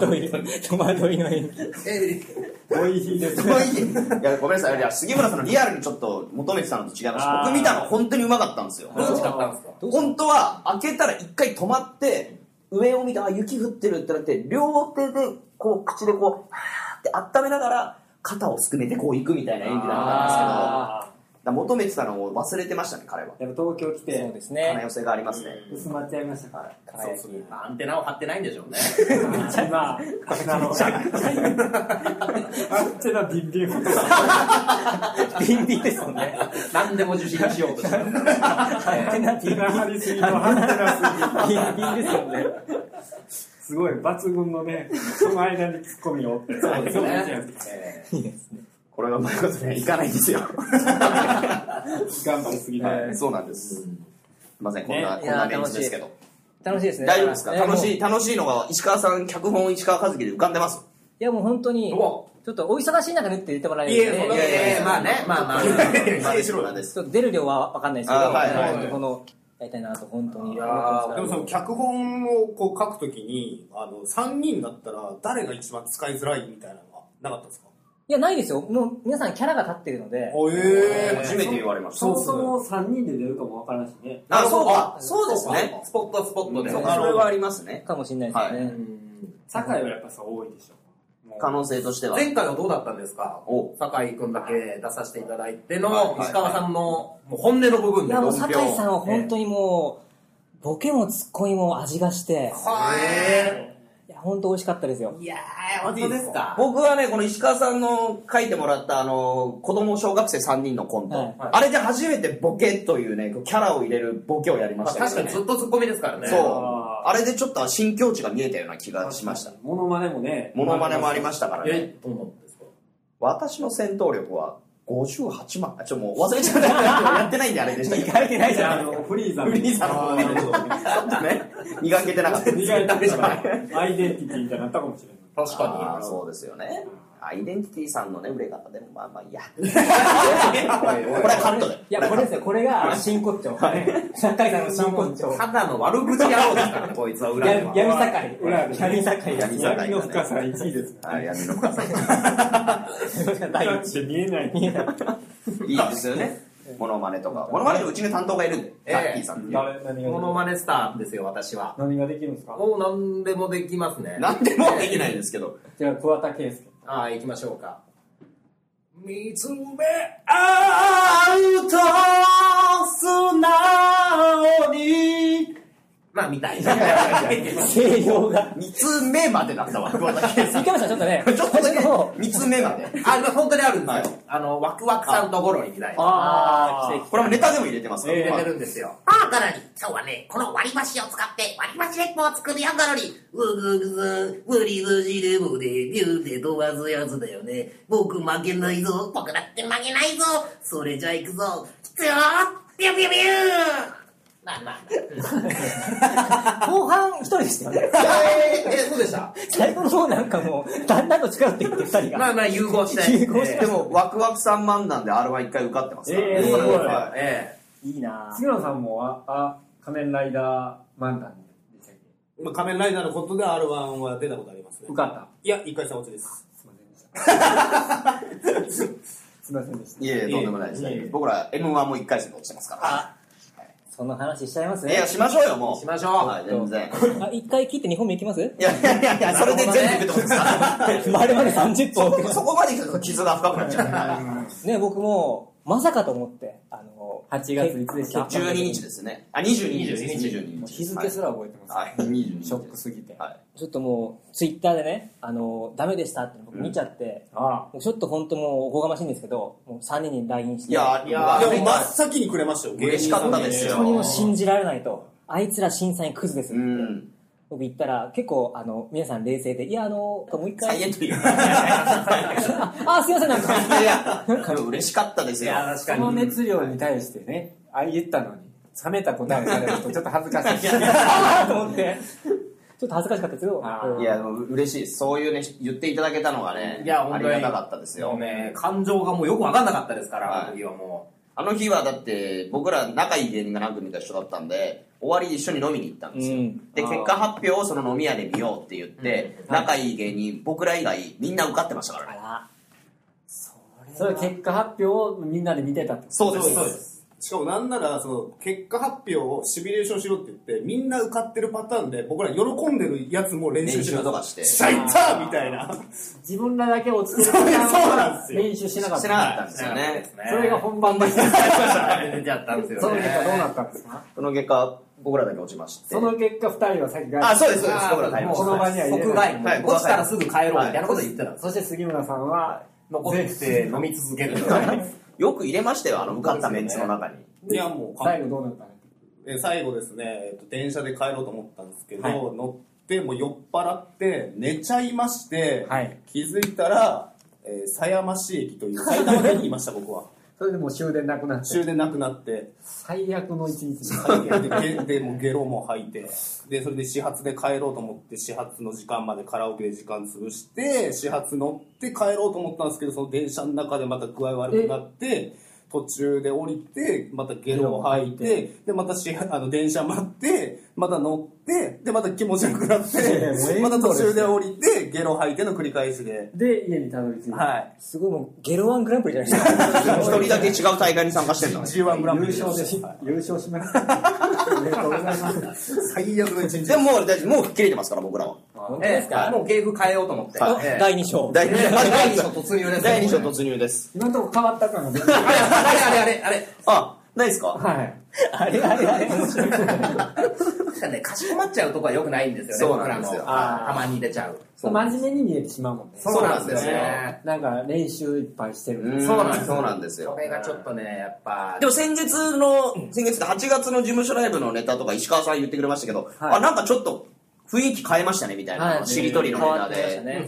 [SPEAKER 1] 戸惑い、戸惑いの演技。
[SPEAKER 6] おいしいです
[SPEAKER 2] す
[SPEAKER 6] ね
[SPEAKER 2] ご。いいやごめんなさいいや杉村さんのリアルにちょっと求めてたのと違いました
[SPEAKER 6] あー
[SPEAKER 2] 僕見たの本当にうまかったんですよ
[SPEAKER 5] どっち買ったんですか
[SPEAKER 2] 本当は開けたら一回止まって上を見てあ雪降ってるってなって両手でこう口でこうはーって温めながら肩をすくめてこう行くみたいな演技だったんです
[SPEAKER 6] あ
[SPEAKER 2] けどだから求めてたのを忘れてましたね彼は
[SPEAKER 6] ーやっぱ東京来
[SPEAKER 1] そう
[SPEAKER 6] て
[SPEAKER 1] です
[SPEAKER 2] 金
[SPEAKER 1] ね。
[SPEAKER 2] 寄せがありますね
[SPEAKER 6] 薄まっちゃいましたから。
[SPEAKER 5] そうする。アンテナを張ってないんでしょうね。
[SPEAKER 6] 今、あの、あっちのビンビン。
[SPEAKER 1] ビンビンですもんね。
[SPEAKER 5] 何でも受信しようとして
[SPEAKER 6] ア
[SPEAKER 5] る。
[SPEAKER 6] ンテナ張りすぎのアンテナす
[SPEAKER 1] ビンビンですもんね。
[SPEAKER 6] ぎ。すごい、抜群のね、その間にツッコミをって。
[SPEAKER 5] そうですねえー
[SPEAKER 2] これはうまいことねいかないんですよ
[SPEAKER 6] 頑張りすぎない。
[SPEAKER 2] そうなんですすいませんこんな
[SPEAKER 1] ね
[SPEAKER 2] こんなメンツですけど
[SPEAKER 1] 楽しいですね。
[SPEAKER 2] 大丈夫ですか
[SPEAKER 1] いや
[SPEAKER 2] 楽しい
[SPEAKER 1] もう
[SPEAKER 2] 楽しいのが石川さん脚本石川和樹で浮かんでます
[SPEAKER 1] いや、もう本当に、ちょ
[SPEAKER 5] お
[SPEAKER 1] っとお忙しい中でって言ってもらえ
[SPEAKER 5] い
[SPEAKER 1] る
[SPEAKER 5] え、そんなこと
[SPEAKER 1] で、
[SPEAKER 5] ないえーまあね、まあまあ。
[SPEAKER 2] 真似しろなんです
[SPEAKER 1] ちょっと出る量はわかんないですけ
[SPEAKER 2] あ
[SPEAKER 1] ど、
[SPEAKER 2] はいはい
[SPEAKER 1] ちょっとこの、やりたいなと、本当に。
[SPEAKER 5] いやー
[SPEAKER 4] でもその脚本をこう書くときに、あの、3人だったら誰が一番使いづらいみたいなのはなかったですか
[SPEAKER 1] いや、ないですよ。もう皆さんキャラが立ってるので、
[SPEAKER 4] おえ
[SPEAKER 2] 初めて言われました
[SPEAKER 6] そもそも3人で出るかもわからんしね。
[SPEAKER 2] あそうかそうですね
[SPEAKER 5] スポットスポットで。
[SPEAKER 2] そうかそれはありますね
[SPEAKER 1] かもしれないですよね。
[SPEAKER 6] 酒井はやっぱさ、多いでしょ。
[SPEAKER 2] 可能性としては
[SPEAKER 5] 前回はどうだったんですか
[SPEAKER 2] お
[SPEAKER 5] 酒井君だけ出させていただいて
[SPEAKER 2] はいはい
[SPEAKER 5] の
[SPEAKER 2] はい
[SPEAKER 5] 石川さんのもう本音の部分
[SPEAKER 1] い
[SPEAKER 5] で
[SPEAKER 1] や、もう
[SPEAKER 5] 論
[SPEAKER 1] 酒
[SPEAKER 5] 評
[SPEAKER 1] 井さんは本当にもう、ボケもツッコミも味がして、
[SPEAKER 5] え
[SPEAKER 1] いや、本当美味しかったですよ
[SPEAKER 5] ー。いやー本当ですか
[SPEAKER 2] 僕はねこの石川さんの書いてもらったあの子供小学生3人のコント、
[SPEAKER 1] はい
[SPEAKER 2] あれで初めてボケというねキャラを入れるボケをやりま
[SPEAKER 5] まあ
[SPEAKER 2] したけ
[SPEAKER 5] 確か
[SPEAKER 2] ど、
[SPEAKER 5] に
[SPEAKER 2] ね
[SPEAKER 5] ずっとツッコミですからね
[SPEAKER 2] そう
[SPEAKER 6] あ
[SPEAKER 2] あれでちょっと新境地が見えたような気がしました
[SPEAKER 6] モノマネもね。
[SPEAKER 2] モノマネもありましたからね
[SPEAKER 5] えどうなんですか
[SPEAKER 2] 私の戦闘力は58万あちょもう忘れちゃったやってないんであれでしたけど
[SPEAKER 1] 書いてないじゃ
[SPEAKER 6] あ
[SPEAKER 1] ん。
[SPEAKER 6] の、フリーザ
[SPEAKER 2] フリーザの
[SPEAKER 6] あ
[SPEAKER 2] 方
[SPEAKER 6] ー
[SPEAKER 2] ね
[SPEAKER 6] なるほど
[SPEAKER 2] ちょっとね磨けてなかった
[SPEAKER 6] 意外とだからアイデンティティみたいになったかもしれない。
[SPEAKER 5] 確
[SPEAKER 2] あ
[SPEAKER 5] か
[SPEAKER 2] ー
[SPEAKER 5] に
[SPEAKER 2] そうですよねアイデンティティさんのね売れ方でもまあまあいいやこ
[SPEAKER 5] はい
[SPEAKER 2] れはカットで
[SPEAKER 1] いや、これですよ。これが真骨頂。酒井さんの真骨頂。
[SPEAKER 5] ただの悪口野郎ですからねこいつは裏では
[SPEAKER 1] や闇酒井。
[SPEAKER 6] 裏で
[SPEAKER 1] 闇酒井だ。
[SPEAKER 2] 闇酒井
[SPEAKER 6] 闇の深さ1位ですね。
[SPEAKER 2] はい闇の深さ
[SPEAKER 1] 第
[SPEAKER 6] 深
[SPEAKER 1] 一
[SPEAKER 6] くて見えない。
[SPEAKER 2] いいですよね。モノマネとか。モノマネでうちの担当がいるんで、
[SPEAKER 5] ええ
[SPEAKER 2] ラッキーさんっていう。
[SPEAKER 6] 誰何
[SPEAKER 5] モノ
[SPEAKER 6] が
[SPEAKER 5] マネスターですよ私は
[SPEAKER 6] 何ができるんですか
[SPEAKER 5] もう何でもできますね
[SPEAKER 2] なんでもできないんですけど。
[SPEAKER 6] じゃあ、桑田佳祐。
[SPEAKER 5] ああ行きましょうか
[SPEAKER 7] 見つめ合うと素直に。
[SPEAKER 5] まあみ たいな
[SPEAKER 1] 声量が。
[SPEAKER 2] 三つ目までだったわ、桑田佳
[SPEAKER 1] 三上さんちょっとね、
[SPEAKER 2] 祐ちょっとだけ
[SPEAKER 1] 最初の方
[SPEAKER 2] 三つ目まで。
[SPEAKER 5] あの本当にあるんです
[SPEAKER 2] は
[SPEAKER 5] よあのワクワクさんとゴロリみたいな
[SPEAKER 1] あー、奇跡。
[SPEAKER 2] これもネタでも入れてますから。
[SPEAKER 5] 入れ
[SPEAKER 2] まあ
[SPEAKER 5] てるんですよ
[SPEAKER 8] ああ、ガロリ、今日はね、この割り箸を使って割り箸レッポを作るよ、ガロリ。うぐぐず、無理無理でもね、ビューで飛ばすやつだよね。僕負けないぞ、僕だって負けないぞ。それじゃあ行くぞ、きつよ、ビュービュービュー。まあまあ
[SPEAKER 1] 後半一人でしたよね。
[SPEAKER 5] えーえーそうでした
[SPEAKER 1] 最後の方なんかもう、だんだんと力って言って二人が。
[SPEAKER 5] まあまあ融合して
[SPEAKER 1] 融合して
[SPEAKER 2] でも、ワクワクさん漫談で R1 一回受かってますから。
[SPEAKER 6] ええ
[SPEAKER 5] そうなんですよ
[SPEAKER 2] はい
[SPEAKER 5] え
[SPEAKER 1] いいな
[SPEAKER 6] 杉野さんも、あ、あ、仮面ライダー漫談でしたっけ
[SPEAKER 7] まあ、仮面ライダーのことで R1 は出たことありますね
[SPEAKER 6] 受。かった。
[SPEAKER 7] いや、一回戦落ちです。
[SPEAKER 6] すいませんでした。すいませんでした。
[SPEAKER 2] いえいえ、とんでもないです。僕ら M1 も一回戦で落ちてますから。
[SPEAKER 1] そその話しちゃいます
[SPEAKER 2] いや、
[SPEAKER 1] ね。
[SPEAKER 2] しましょうよ、もう。
[SPEAKER 5] しましょう
[SPEAKER 2] はい、全然。
[SPEAKER 1] あ、一回切って2本目いきます
[SPEAKER 2] いやいやいやいや、それで全部いくってことですか
[SPEAKER 1] まるまで30分送ってま
[SPEAKER 2] そこまでいくと傷が深くなっちゃう。
[SPEAKER 1] す。ね、僕も、まさかと思って、あの、8
[SPEAKER 9] 月いつでした
[SPEAKER 2] 12日ですね。あ、22日です。22日。
[SPEAKER 9] 日付すら覚えてます。
[SPEAKER 2] はい、22日。
[SPEAKER 9] ショックすぎて。
[SPEAKER 2] はい。
[SPEAKER 1] ちょっともう、ツイッターでね、あの、ダメでしたって僕見ちゃって、
[SPEAKER 6] あ
[SPEAKER 1] ちょっと本当もうおこがましいんですけど、もう3人に LINE して、
[SPEAKER 2] いや、いや、
[SPEAKER 4] でも真っ先にくれましたよ。
[SPEAKER 2] 嬉しかったですよ
[SPEAKER 1] 人にも信じられないと、あいつら審査員クズですっ
[SPEAKER 2] う
[SPEAKER 1] て、
[SPEAKER 2] ん。
[SPEAKER 1] 僕言ったら、結構、あの、皆さん冷静で、いや、あの、もう一
[SPEAKER 2] 大
[SPEAKER 1] 回、
[SPEAKER 2] 変という。い
[SPEAKER 1] あ、すいません、なんか、
[SPEAKER 2] や、でも嬉しかったですよ。
[SPEAKER 6] あその熱量に対してねあ言ったのに冷めた答えをされるとちょっと恥ずかしい
[SPEAKER 1] あーと思って、ちょっと恥ずかしかったですけど、
[SPEAKER 6] あ
[SPEAKER 1] うん
[SPEAKER 2] いや、でも嬉しいです。そういうね、言っていただけたのがね、
[SPEAKER 5] いや
[SPEAKER 2] あ
[SPEAKER 5] 本
[SPEAKER 2] り
[SPEAKER 5] 当に
[SPEAKER 2] がたかったですよ。
[SPEAKER 5] もうね、感情がもうよくわかんなかったですから、
[SPEAKER 2] はい
[SPEAKER 5] あの時はも
[SPEAKER 2] あの日はだって、僕ら仲いい芸人が何組か一緒だったんで、終わり一緒に飲みに行ったんですよ。
[SPEAKER 1] うん
[SPEAKER 2] で、結果発表をその飲み屋で見ようって言って、仲いい芸人、僕ら以外、みんな受かってましたから
[SPEAKER 1] あ
[SPEAKER 2] ね。
[SPEAKER 1] ら、
[SPEAKER 9] それ結果発表をみんなで見てたって
[SPEAKER 2] そうです。
[SPEAKER 4] そうです。しかもなんなら、その、結果発表をシミュレーションしろって言って、みんな受かってるパターンで、僕ら喜んでるやつも練習
[SPEAKER 2] 練
[SPEAKER 4] し
[SPEAKER 2] 習
[SPEAKER 4] な
[SPEAKER 2] と
[SPEAKER 4] が、
[SPEAKER 2] からして。
[SPEAKER 4] しゃいったみたいな。
[SPEAKER 9] 自分らだけ落ちてる
[SPEAKER 4] そうなんですよ
[SPEAKER 9] 練習しなかっ
[SPEAKER 2] して
[SPEAKER 9] た
[SPEAKER 2] なかったんです
[SPEAKER 5] う。
[SPEAKER 2] よね。
[SPEAKER 9] それが本番で
[SPEAKER 5] 出ちゃったんですよ
[SPEAKER 9] そ
[SPEAKER 5] ね。
[SPEAKER 9] の結果どうなったんです か
[SPEAKER 2] その結果、僕らだけ落ちまして。
[SPEAKER 9] その結果2人は先帰
[SPEAKER 2] あ、
[SPEAKER 9] っ
[SPEAKER 2] そうです、そうです。僕ら大変で
[SPEAKER 5] もう
[SPEAKER 2] す
[SPEAKER 9] この場には入れ
[SPEAKER 5] 即
[SPEAKER 9] な
[SPEAKER 5] 外
[SPEAKER 9] い
[SPEAKER 5] もう落ちたらすぐ帰ろうみたいなこと言ってたんです
[SPEAKER 9] そして杉村さんは
[SPEAKER 5] 残って飲み続ける
[SPEAKER 2] よく入れましたよ、あの、受かったメンツの中に。
[SPEAKER 4] いや、もう完璧
[SPEAKER 9] 最後どうなったの
[SPEAKER 4] で最後ですね、えっと電車で帰ろうと思ったんですけど、
[SPEAKER 9] はい
[SPEAKER 4] 乗ってもう酔っ払って寝ちゃいまして、
[SPEAKER 9] はい
[SPEAKER 4] 気づいたら、えー狭山市駅という埼玉県にいました僕は
[SPEAKER 6] それでもう終電なくなって
[SPEAKER 4] 終電なくなって
[SPEAKER 9] 最悪の一日
[SPEAKER 4] でゲでもうゲロも吐いてでそれで始発で帰ろうと思って始発の時間までカラオケで時間潰して始発乗って帰ろうと思ったんですけどその電車の中でまた具合悪くなって途中で降りてまたゲロを吐いてでまたしあの電車待ってまた乗ってでまた気持ち悪くなっ
[SPEAKER 6] いやいやもうエンドレ
[SPEAKER 4] て
[SPEAKER 6] ス
[SPEAKER 4] また途中で降りてゲロ吐いての繰り返しで
[SPEAKER 6] で家にたどり着いた
[SPEAKER 4] はい
[SPEAKER 1] すごいもう、ゲロワングランプリじゃないです か。
[SPEAKER 2] 一人だけ違う大会に参加してんの。
[SPEAKER 4] G1 グランプ
[SPEAKER 6] 優
[SPEAKER 4] リ
[SPEAKER 6] 勝です優勝しました おめでとうございます
[SPEAKER 4] 最悪の一日
[SPEAKER 2] でももう、だってもう切れてますから、僕らは。
[SPEAKER 1] 本当
[SPEAKER 5] ええ
[SPEAKER 1] ですか、
[SPEAKER 5] もう芸風変えようと思って。
[SPEAKER 2] はい
[SPEAKER 5] ええ
[SPEAKER 1] 第2章。
[SPEAKER 2] 第
[SPEAKER 5] 第
[SPEAKER 2] 2
[SPEAKER 5] 二章
[SPEAKER 2] 章
[SPEAKER 5] 突入です。
[SPEAKER 2] 第2章突入です。
[SPEAKER 6] 今のとこ変わったからねは
[SPEAKER 5] あれあれあれあれ。
[SPEAKER 2] あ、ないですか
[SPEAKER 6] い
[SPEAKER 1] あれあれあれ。
[SPEAKER 5] 確かにね、かしこまっちゃうとこは良くないんですよね、
[SPEAKER 2] そうなんですよ
[SPEAKER 5] 僕らもたまに出ちゃう。
[SPEAKER 6] 真面目に見えてしまうもんね
[SPEAKER 5] そうなんですよね。
[SPEAKER 6] なんか練習いっぱいしてる
[SPEAKER 2] そうなんです。そうなんです
[SPEAKER 5] こ
[SPEAKER 2] よ。
[SPEAKER 5] れがちょっとね、やっぱ
[SPEAKER 2] で、も先月の、先月って8月の事務所ライブのネタとか石川さん言ってくれましたけど、あ、なんかちょっと雰囲気変えましたねみたいな、
[SPEAKER 1] はい
[SPEAKER 2] しりとりのネタで、
[SPEAKER 1] ね。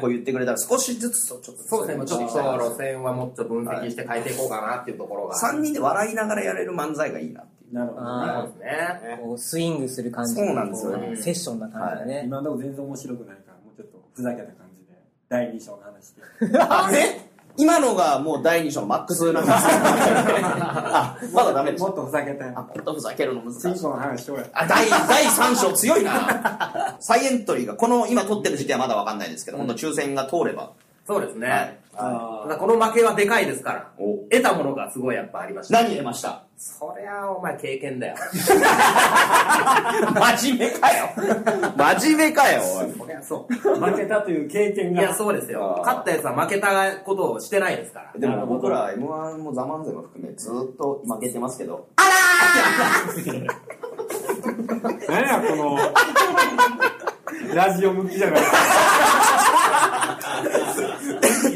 [SPEAKER 2] こう言ってくれたら少しずつとちょっと。
[SPEAKER 5] そうですね、ちょっと路線はもっと分析して変えていこうかなっていうところが。
[SPEAKER 2] 3人で笑いながらやれる漫才がいいなっていう。
[SPEAKER 6] なるほど
[SPEAKER 5] そ
[SPEAKER 1] あ
[SPEAKER 5] うですね。
[SPEAKER 1] ーこうスイングする感じ
[SPEAKER 2] そうなんですよ
[SPEAKER 1] こうセッションな感じでね。
[SPEAKER 6] 今のとこ全然面白くないからもうちょっとふざけた感じで第2章の話して
[SPEAKER 2] え今のがもう第2章のマックスなんですよ。あ、まだダメでし
[SPEAKER 6] も
[SPEAKER 2] た。
[SPEAKER 6] っとふざけたい
[SPEAKER 2] あ、ほんとふざけるの難しい
[SPEAKER 6] 次。の話しようや
[SPEAKER 2] あ第第3章強いな再エントリーがこの今取ってる時期はまだわかんないですけど、今度抽選が通れば
[SPEAKER 5] そうですね。
[SPEAKER 2] はい
[SPEAKER 5] ただこの負けはでかいですから、得たものがすごいやっぱありました。
[SPEAKER 2] 何得ました
[SPEAKER 5] そりゃお前経験だよ。
[SPEAKER 2] 真面目かよ真面目かよおい
[SPEAKER 5] そりゃそう。
[SPEAKER 6] 負けたという経験
[SPEAKER 5] い
[SPEAKER 6] が
[SPEAKER 5] や、そうですよ
[SPEAKER 2] あ。ー
[SPEAKER 5] 勝ったやつは負けたことをしてないですから。
[SPEAKER 2] でも僕ら m 1も「ザ・漫才も含めずっと負けてますけど
[SPEAKER 6] 何やこ のラジオ向きじゃない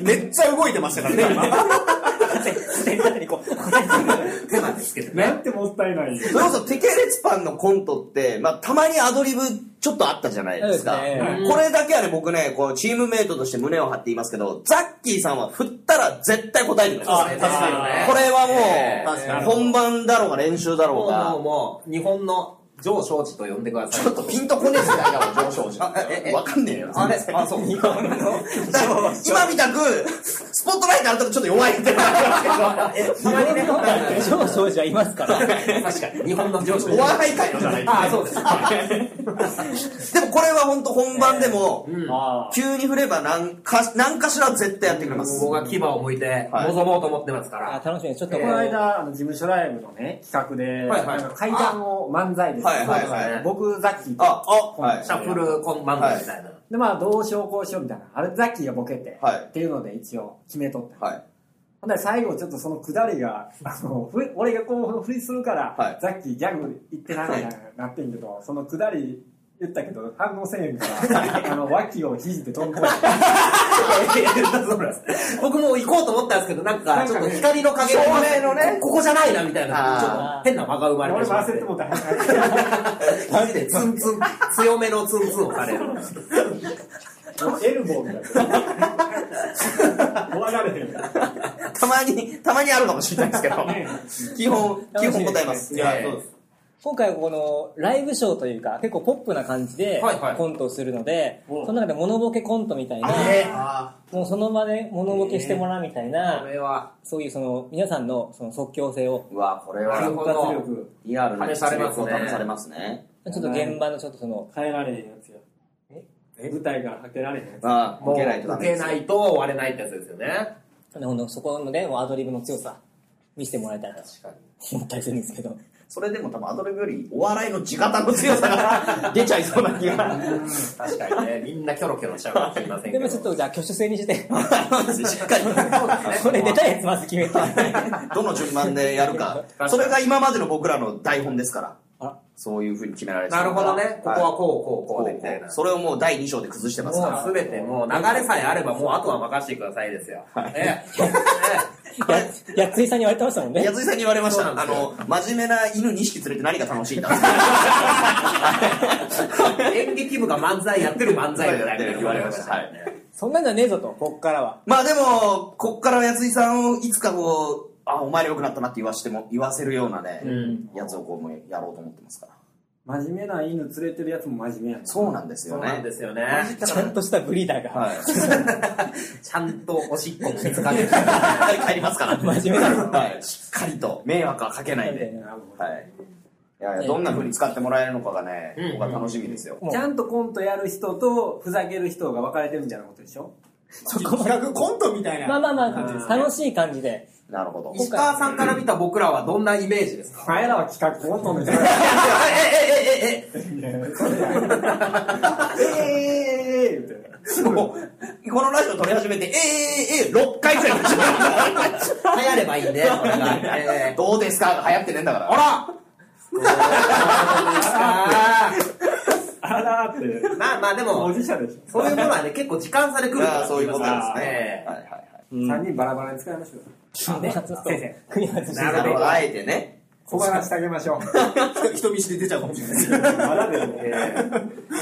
[SPEAKER 4] めっちゃ動いてましたからね今
[SPEAKER 5] 手なんですけどね。
[SPEAKER 6] なんてもったいないよ
[SPEAKER 2] それこそテケレツパンのコントって、まあ、たまにアドリブちょっとあったじゃないですか
[SPEAKER 1] そうですね
[SPEAKER 2] これだけはね僕ねこうチームメイトとして胸を張って言いますけどザッキーさんは振ったら絶対答えてくれます
[SPEAKER 5] 確かにね
[SPEAKER 2] これは
[SPEAKER 5] えー
[SPEAKER 2] もう、
[SPEAKER 5] 確かに
[SPEAKER 2] 本番だろうが練習だろう
[SPEAKER 5] もう、
[SPEAKER 2] が、
[SPEAKER 5] もう、日本の上昇地と呼んでください。
[SPEAKER 2] ちょっとピンとこねえ時代だわ、上昇時
[SPEAKER 5] あええ え
[SPEAKER 2] わかんねえよ。
[SPEAKER 5] あれあ、そう。
[SPEAKER 2] 今みたく、スポットライトあるとちょっと弱 いみたいな。
[SPEAKER 5] たまにね、
[SPEAKER 1] 上昇者いますから。
[SPEAKER 5] 確かに、日本の上司
[SPEAKER 2] お笑い界のじゃない
[SPEAKER 5] ああ、そうです。
[SPEAKER 2] でもこれは本当本番でも、
[SPEAKER 6] あ
[SPEAKER 2] 急に振れば何か何かしら絶対やってくれます。
[SPEAKER 5] 僕が牙を向いて、望もうと思ってますから。
[SPEAKER 1] あ楽しみです。ちょっと
[SPEAKER 6] こ
[SPEAKER 1] こ
[SPEAKER 6] の
[SPEAKER 1] の間、
[SPEAKER 6] 間あの事務所ライブのね企画で、
[SPEAKER 5] はいはい
[SPEAKER 6] なんか階段を漫才です、
[SPEAKER 2] はいはいはい
[SPEAKER 6] 僕ザッキー
[SPEAKER 2] あ
[SPEAKER 6] と、
[SPEAKER 2] あ、はい
[SPEAKER 5] シ。ャッフルコンバンドみたいな。
[SPEAKER 6] でまあどうしようこうしようみたいなあれザッキーがボケて、
[SPEAKER 2] はい
[SPEAKER 6] っていうので一応決めとった
[SPEAKER 2] はい。
[SPEAKER 6] ほんで最後ちょっとそのくだりがあのふり俺がこう振りするから、
[SPEAKER 2] はい
[SPEAKER 6] ザッキーギャグ言ってなみたいななってんけどそのくだり言ったけど反応せえへんからあの脇を肘で飛んでこい
[SPEAKER 5] 僕も行こうと思ったんですけど、なんか、ちょっと光の影照明のね、ここじゃないなみたいな、ちょっと変な間が生まれ
[SPEAKER 6] 俺
[SPEAKER 5] て
[SPEAKER 6] も
[SPEAKER 5] しまっ
[SPEAKER 6] 焦ってて。もうた
[SPEAKER 5] マジでツンツン、強めのツンツンをされる。
[SPEAKER 6] エルボーみたいな終わられへん
[SPEAKER 2] たまに、たまにあるかもしれないですけど、基本、基本答えます。
[SPEAKER 5] いや、そうです。
[SPEAKER 1] 今回はこのライブショーというか、結構ポップな感じで
[SPEAKER 5] はいはい
[SPEAKER 1] コントをするので、その中でモノボケコントみたいな、もうその場でモノボケしてもらうみたい
[SPEAKER 5] こ
[SPEAKER 1] な、
[SPEAKER 5] れは、
[SPEAKER 1] そういうその皆さんのその即興性を、
[SPEAKER 2] うわ、これ
[SPEAKER 5] な
[SPEAKER 2] は
[SPEAKER 5] る、ほ
[SPEAKER 6] 爆発
[SPEAKER 5] ど。
[SPEAKER 6] 力
[SPEAKER 2] リアルな
[SPEAKER 5] 試されま
[SPEAKER 2] 実
[SPEAKER 5] すね
[SPEAKER 2] 力を試されますね。
[SPEAKER 1] ちょっと現場のちょっとその、
[SPEAKER 6] 変えられへんやつや舞台からはけられへんやつ
[SPEAKER 2] ああ、
[SPEAKER 5] も
[SPEAKER 2] 受
[SPEAKER 5] う、
[SPEAKER 2] けないとダ
[SPEAKER 5] 受
[SPEAKER 2] メで
[SPEAKER 5] け
[SPEAKER 2] す。
[SPEAKER 5] ないと割れないってやつですよね。
[SPEAKER 1] ほんとそこのね、もうアドリブの強さ、見せてもらいたいなと思ったりするんですけど。
[SPEAKER 2] それでも多分アドリブよりお笑いの地方の強さが 出ちゃいそうな気が。
[SPEAKER 5] 確かにね、みんなキョロキョロしちゃうかもしれませんけ
[SPEAKER 1] で
[SPEAKER 5] ど。
[SPEAKER 1] もちょっとじゃあ挙手制にして、
[SPEAKER 2] しっか り。
[SPEAKER 1] これ出たいやつまず決めて。
[SPEAKER 2] どの順番でやるか。それが今までの僕らの台本ですから。そういうふうに決められて
[SPEAKER 5] なるほどね、ここは
[SPEAKER 2] こ
[SPEAKER 5] こう、こう、こうでみたいな。
[SPEAKER 2] う。それをもう第2章で崩してますか
[SPEAKER 5] もう
[SPEAKER 2] ら。
[SPEAKER 5] すべてもう流れさえあればもうあとは任せてくださいですよ。ええ。
[SPEAKER 1] や、やっついさんに言われてましたもんね。
[SPEAKER 2] やついさんに言われまし
[SPEAKER 5] そう
[SPEAKER 2] た。
[SPEAKER 5] な
[SPEAKER 2] あ
[SPEAKER 5] んですよ
[SPEAKER 2] の、真面目な犬2匹連れて何が楽しいんだ
[SPEAKER 5] 演劇部が漫才やってる漫才みたいな言われまし た。
[SPEAKER 2] はい
[SPEAKER 1] そんなんじゃねえぞと、こっからは。
[SPEAKER 2] まあでも、こっからやついさんをいつかこう、あ、お前ら良くなったなって言わしても、言わせるようなね、やつをこうもうやろうと思ってますから。
[SPEAKER 6] 真面目な犬連れてるやつも真面目やな
[SPEAKER 2] そうなんです
[SPEAKER 5] そ
[SPEAKER 2] よ
[SPEAKER 5] うなん
[SPEAKER 2] ね
[SPEAKER 5] で。すよね。
[SPEAKER 1] ちゃんとしたブリーダーが、
[SPEAKER 2] はい。
[SPEAKER 5] ちゃんとおしっこも見つかって
[SPEAKER 2] 帰りますから。
[SPEAKER 1] 真面目な
[SPEAKER 2] はい。しっかりと迷惑はかけないで。はい。いやいや、どんな風に使ってもらえるのかがね、
[SPEAKER 5] うん
[SPEAKER 2] 僕は楽しみですよ。
[SPEAKER 6] ちゃんとコントやる人とふざける人が分かれてるみたいなことでしょ
[SPEAKER 7] 企画コントみたい
[SPEAKER 1] まあ
[SPEAKER 7] な。
[SPEAKER 1] まあまあ、楽しい感じで。
[SPEAKER 2] なるほど。
[SPEAKER 5] 石川さんから見た僕らはどんなイメージですか
[SPEAKER 6] お前らは企画コントみたいな
[SPEAKER 5] えええええ
[SPEAKER 6] えーみたいな
[SPEAKER 2] もう、 このラジオ撮り始めて、ええええええ6回くらいし
[SPEAKER 5] 流行ればいいね、これが。
[SPEAKER 2] た
[SPEAKER 5] ええ
[SPEAKER 2] どうですか流行ってねえんだから。あら
[SPEAKER 5] あ
[SPEAKER 6] あらーって
[SPEAKER 5] ーまあまあで
[SPEAKER 6] 当
[SPEAKER 5] も、
[SPEAKER 6] 事者でしょ
[SPEAKER 5] そういうものはね、結構時間差で来るから。
[SPEAKER 2] そういうことなんです
[SPEAKER 5] え
[SPEAKER 2] ね。
[SPEAKER 5] え
[SPEAKER 2] はいはいはい。
[SPEAKER 6] 3人バラバラに使いましょう
[SPEAKER 1] ね、先生。
[SPEAKER 5] な
[SPEAKER 2] なる
[SPEAKER 5] る
[SPEAKER 2] ほ
[SPEAKER 5] ほど
[SPEAKER 2] ど。。あえてね。
[SPEAKER 6] 小腹してあげましょう
[SPEAKER 7] 人見知り出ちゃうかもしれない。
[SPEAKER 6] まだでも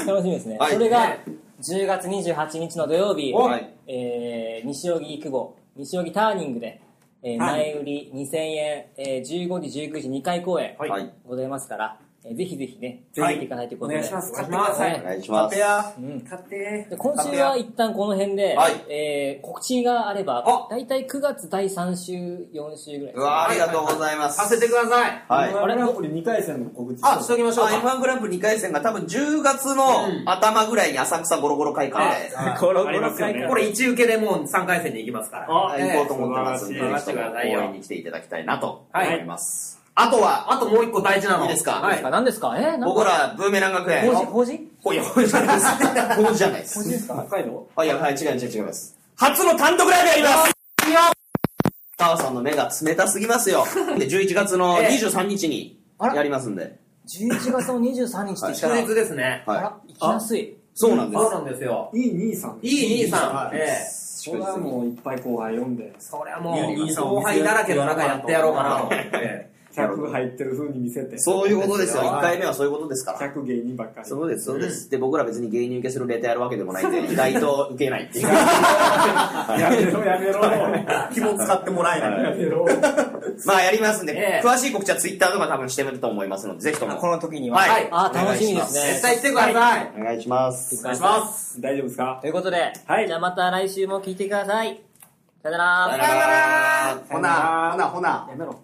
[SPEAKER 1] 楽しみですね。
[SPEAKER 2] はい
[SPEAKER 1] それが、10月28日の土曜日、
[SPEAKER 2] はい
[SPEAKER 1] えー、西荻久保、西荻ターニングで、えー前売り2000円、えー、15時、19時、2回公演、
[SPEAKER 2] はい。
[SPEAKER 1] ございますから、えーぜひぜひね、ぜ
[SPEAKER 6] はい
[SPEAKER 1] ひ見ていかないという
[SPEAKER 6] お
[SPEAKER 1] ことで。
[SPEAKER 6] 願いします買ってくだ
[SPEAKER 1] ます
[SPEAKER 6] さい
[SPEAKER 2] お願いします。
[SPEAKER 1] うん
[SPEAKER 6] 買って
[SPEAKER 1] で今週は一旦この辺で、
[SPEAKER 2] はい
[SPEAKER 1] えー告知があれば、大体9月第3週、4週ぐらいです
[SPEAKER 2] う
[SPEAKER 1] ね
[SPEAKER 2] わありがとうございます。
[SPEAKER 5] させてください。
[SPEAKER 2] はい。
[SPEAKER 6] グランプリ2回戦の告知
[SPEAKER 5] あ、しときましょうか。
[SPEAKER 2] M1 グランプリ2回戦が多分10月の頭ぐらいに浅草ゴロゴロ会館で
[SPEAKER 1] ゴロゴ
[SPEAKER 6] あり
[SPEAKER 1] ロ
[SPEAKER 6] ますよ
[SPEAKER 1] 会
[SPEAKER 6] ね
[SPEAKER 1] 館
[SPEAKER 5] これ一受けでもう3回戦に行きますから。
[SPEAKER 2] 行こうと思ってますんで、
[SPEAKER 5] ええ
[SPEAKER 2] ぜひとも応援に来ていただきたいなと思います。あとは、
[SPEAKER 5] あともう一個大事なの。
[SPEAKER 2] いいですか
[SPEAKER 5] はい。
[SPEAKER 1] 何ですかえー、なんか
[SPEAKER 2] 僕ら、ブーメラン学園。
[SPEAKER 1] 法事法事
[SPEAKER 2] ほいや、ほいじゃないです。ほいじゃないです。
[SPEAKER 6] ですか北海道
[SPEAKER 2] はい、いやはい、違う違う違います。初の単独ライブやります母さんの目が冷たすぎますよ。で、11月の23日に
[SPEAKER 1] あら
[SPEAKER 2] やりますんで。
[SPEAKER 1] 11月の23日って
[SPEAKER 5] 祝日ですね。
[SPEAKER 1] あ
[SPEAKER 2] は
[SPEAKER 1] ら、行きやすい。
[SPEAKER 2] い。そうなんで
[SPEAKER 5] そうなんですよ。
[SPEAKER 6] いい兄さん
[SPEAKER 5] いい兄さん。ええ。
[SPEAKER 2] す。
[SPEAKER 6] それはもういっぱい後輩読んで
[SPEAKER 5] そりゃもう、
[SPEAKER 7] いい兄さん
[SPEAKER 5] 後輩だらけの中やってやろうかなと。え
[SPEAKER 6] 客入ってる風に見せて
[SPEAKER 2] そういうことですよ。
[SPEAKER 5] はい
[SPEAKER 2] 1回目はそういうことですから。
[SPEAKER 6] 客芸人ばっかり
[SPEAKER 2] そうです、そうです。で、僕ら別に芸人受けするネタやるわけでもないんで、意外と受けないっていう。
[SPEAKER 6] やめろやめろ
[SPEAKER 7] 紐使ってもらえない。
[SPEAKER 6] やめろ
[SPEAKER 2] まあ、やりますんで、
[SPEAKER 5] ええ
[SPEAKER 2] 詳しい告知はツイッターとか多分してると思いますので、ぜひとも。
[SPEAKER 1] この時には。
[SPEAKER 2] はい
[SPEAKER 1] あー、楽しみです
[SPEAKER 5] え絶
[SPEAKER 1] ね。
[SPEAKER 5] 対来てください。
[SPEAKER 2] お願いします。
[SPEAKER 1] お願いし
[SPEAKER 5] ます。
[SPEAKER 6] 大丈夫ですか
[SPEAKER 1] ということで、
[SPEAKER 6] はい
[SPEAKER 1] じゃあまた来週も聞いてください。
[SPEAKER 10] さよなら
[SPEAKER 11] さよなら
[SPEAKER 2] ほな、ほな、ほな。
[SPEAKER 1] やめろ。